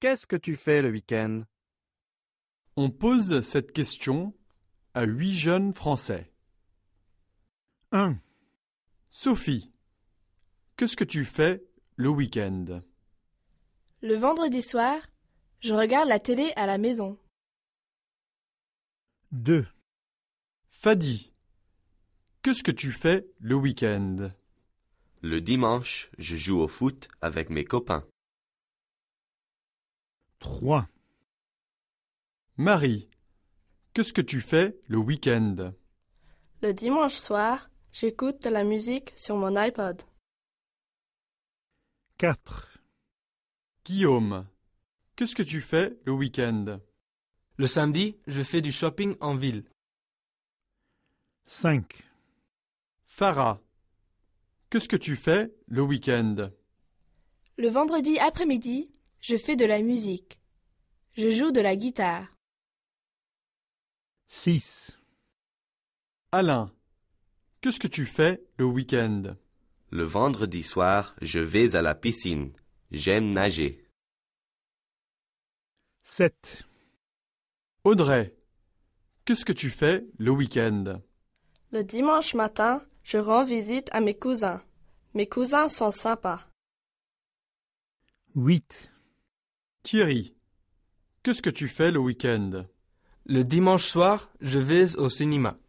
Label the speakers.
Speaker 1: Qu'est-ce que tu fais le week-end
Speaker 2: On pose cette question à huit jeunes Français.
Speaker 3: 1,
Speaker 2: Sophie, qu'est-ce que tu fais le week-end
Speaker 4: Le vendredi soir, je regarde la télé à la maison.
Speaker 3: 2,
Speaker 2: Fadi, qu'est-ce que tu fais le week-end
Speaker 5: Le dimanche, je joue au foot avec mes copains.
Speaker 3: 3,
Speaker 2: Marie, qu'est-ce que tu fais le week-end
Speaker 4: Le dimanche soir, j'écoute de la musique sur mon iPod.
Speaker 3: 4,
Speaker 2: Guillaume, qu'est-ce que tu fais le week-end
Speaker 6: Le samedi, je fais du shopping en ville.
Speaker 3: 5,
Speaker 2: Farah, qu'est-ce que tu fais le week-end
Speaker 4: Le vendredi après-midi, je fais de la musique. Je joue de la guitare.
Speaker 3: 6,
Speaker 2: Alain, qu'est-ce que tu fais le week-end
Speaker 5: Le vendredi soir, je vais à la piscine. J'aime nager.
Speaker 3: 7,
Speaker 2: Audrey, qu'est-ce que tu fais le week-end
Speaker 4: Le dimanche matin, je rends visite à mes cousins. Mes cousins sont sympas.
Speaker 3: 8,
Speaker 2: Thierry, qu'est-ce que tu fais le week-end
Speaker 6: Le dimanche soir, je vais au cinéma.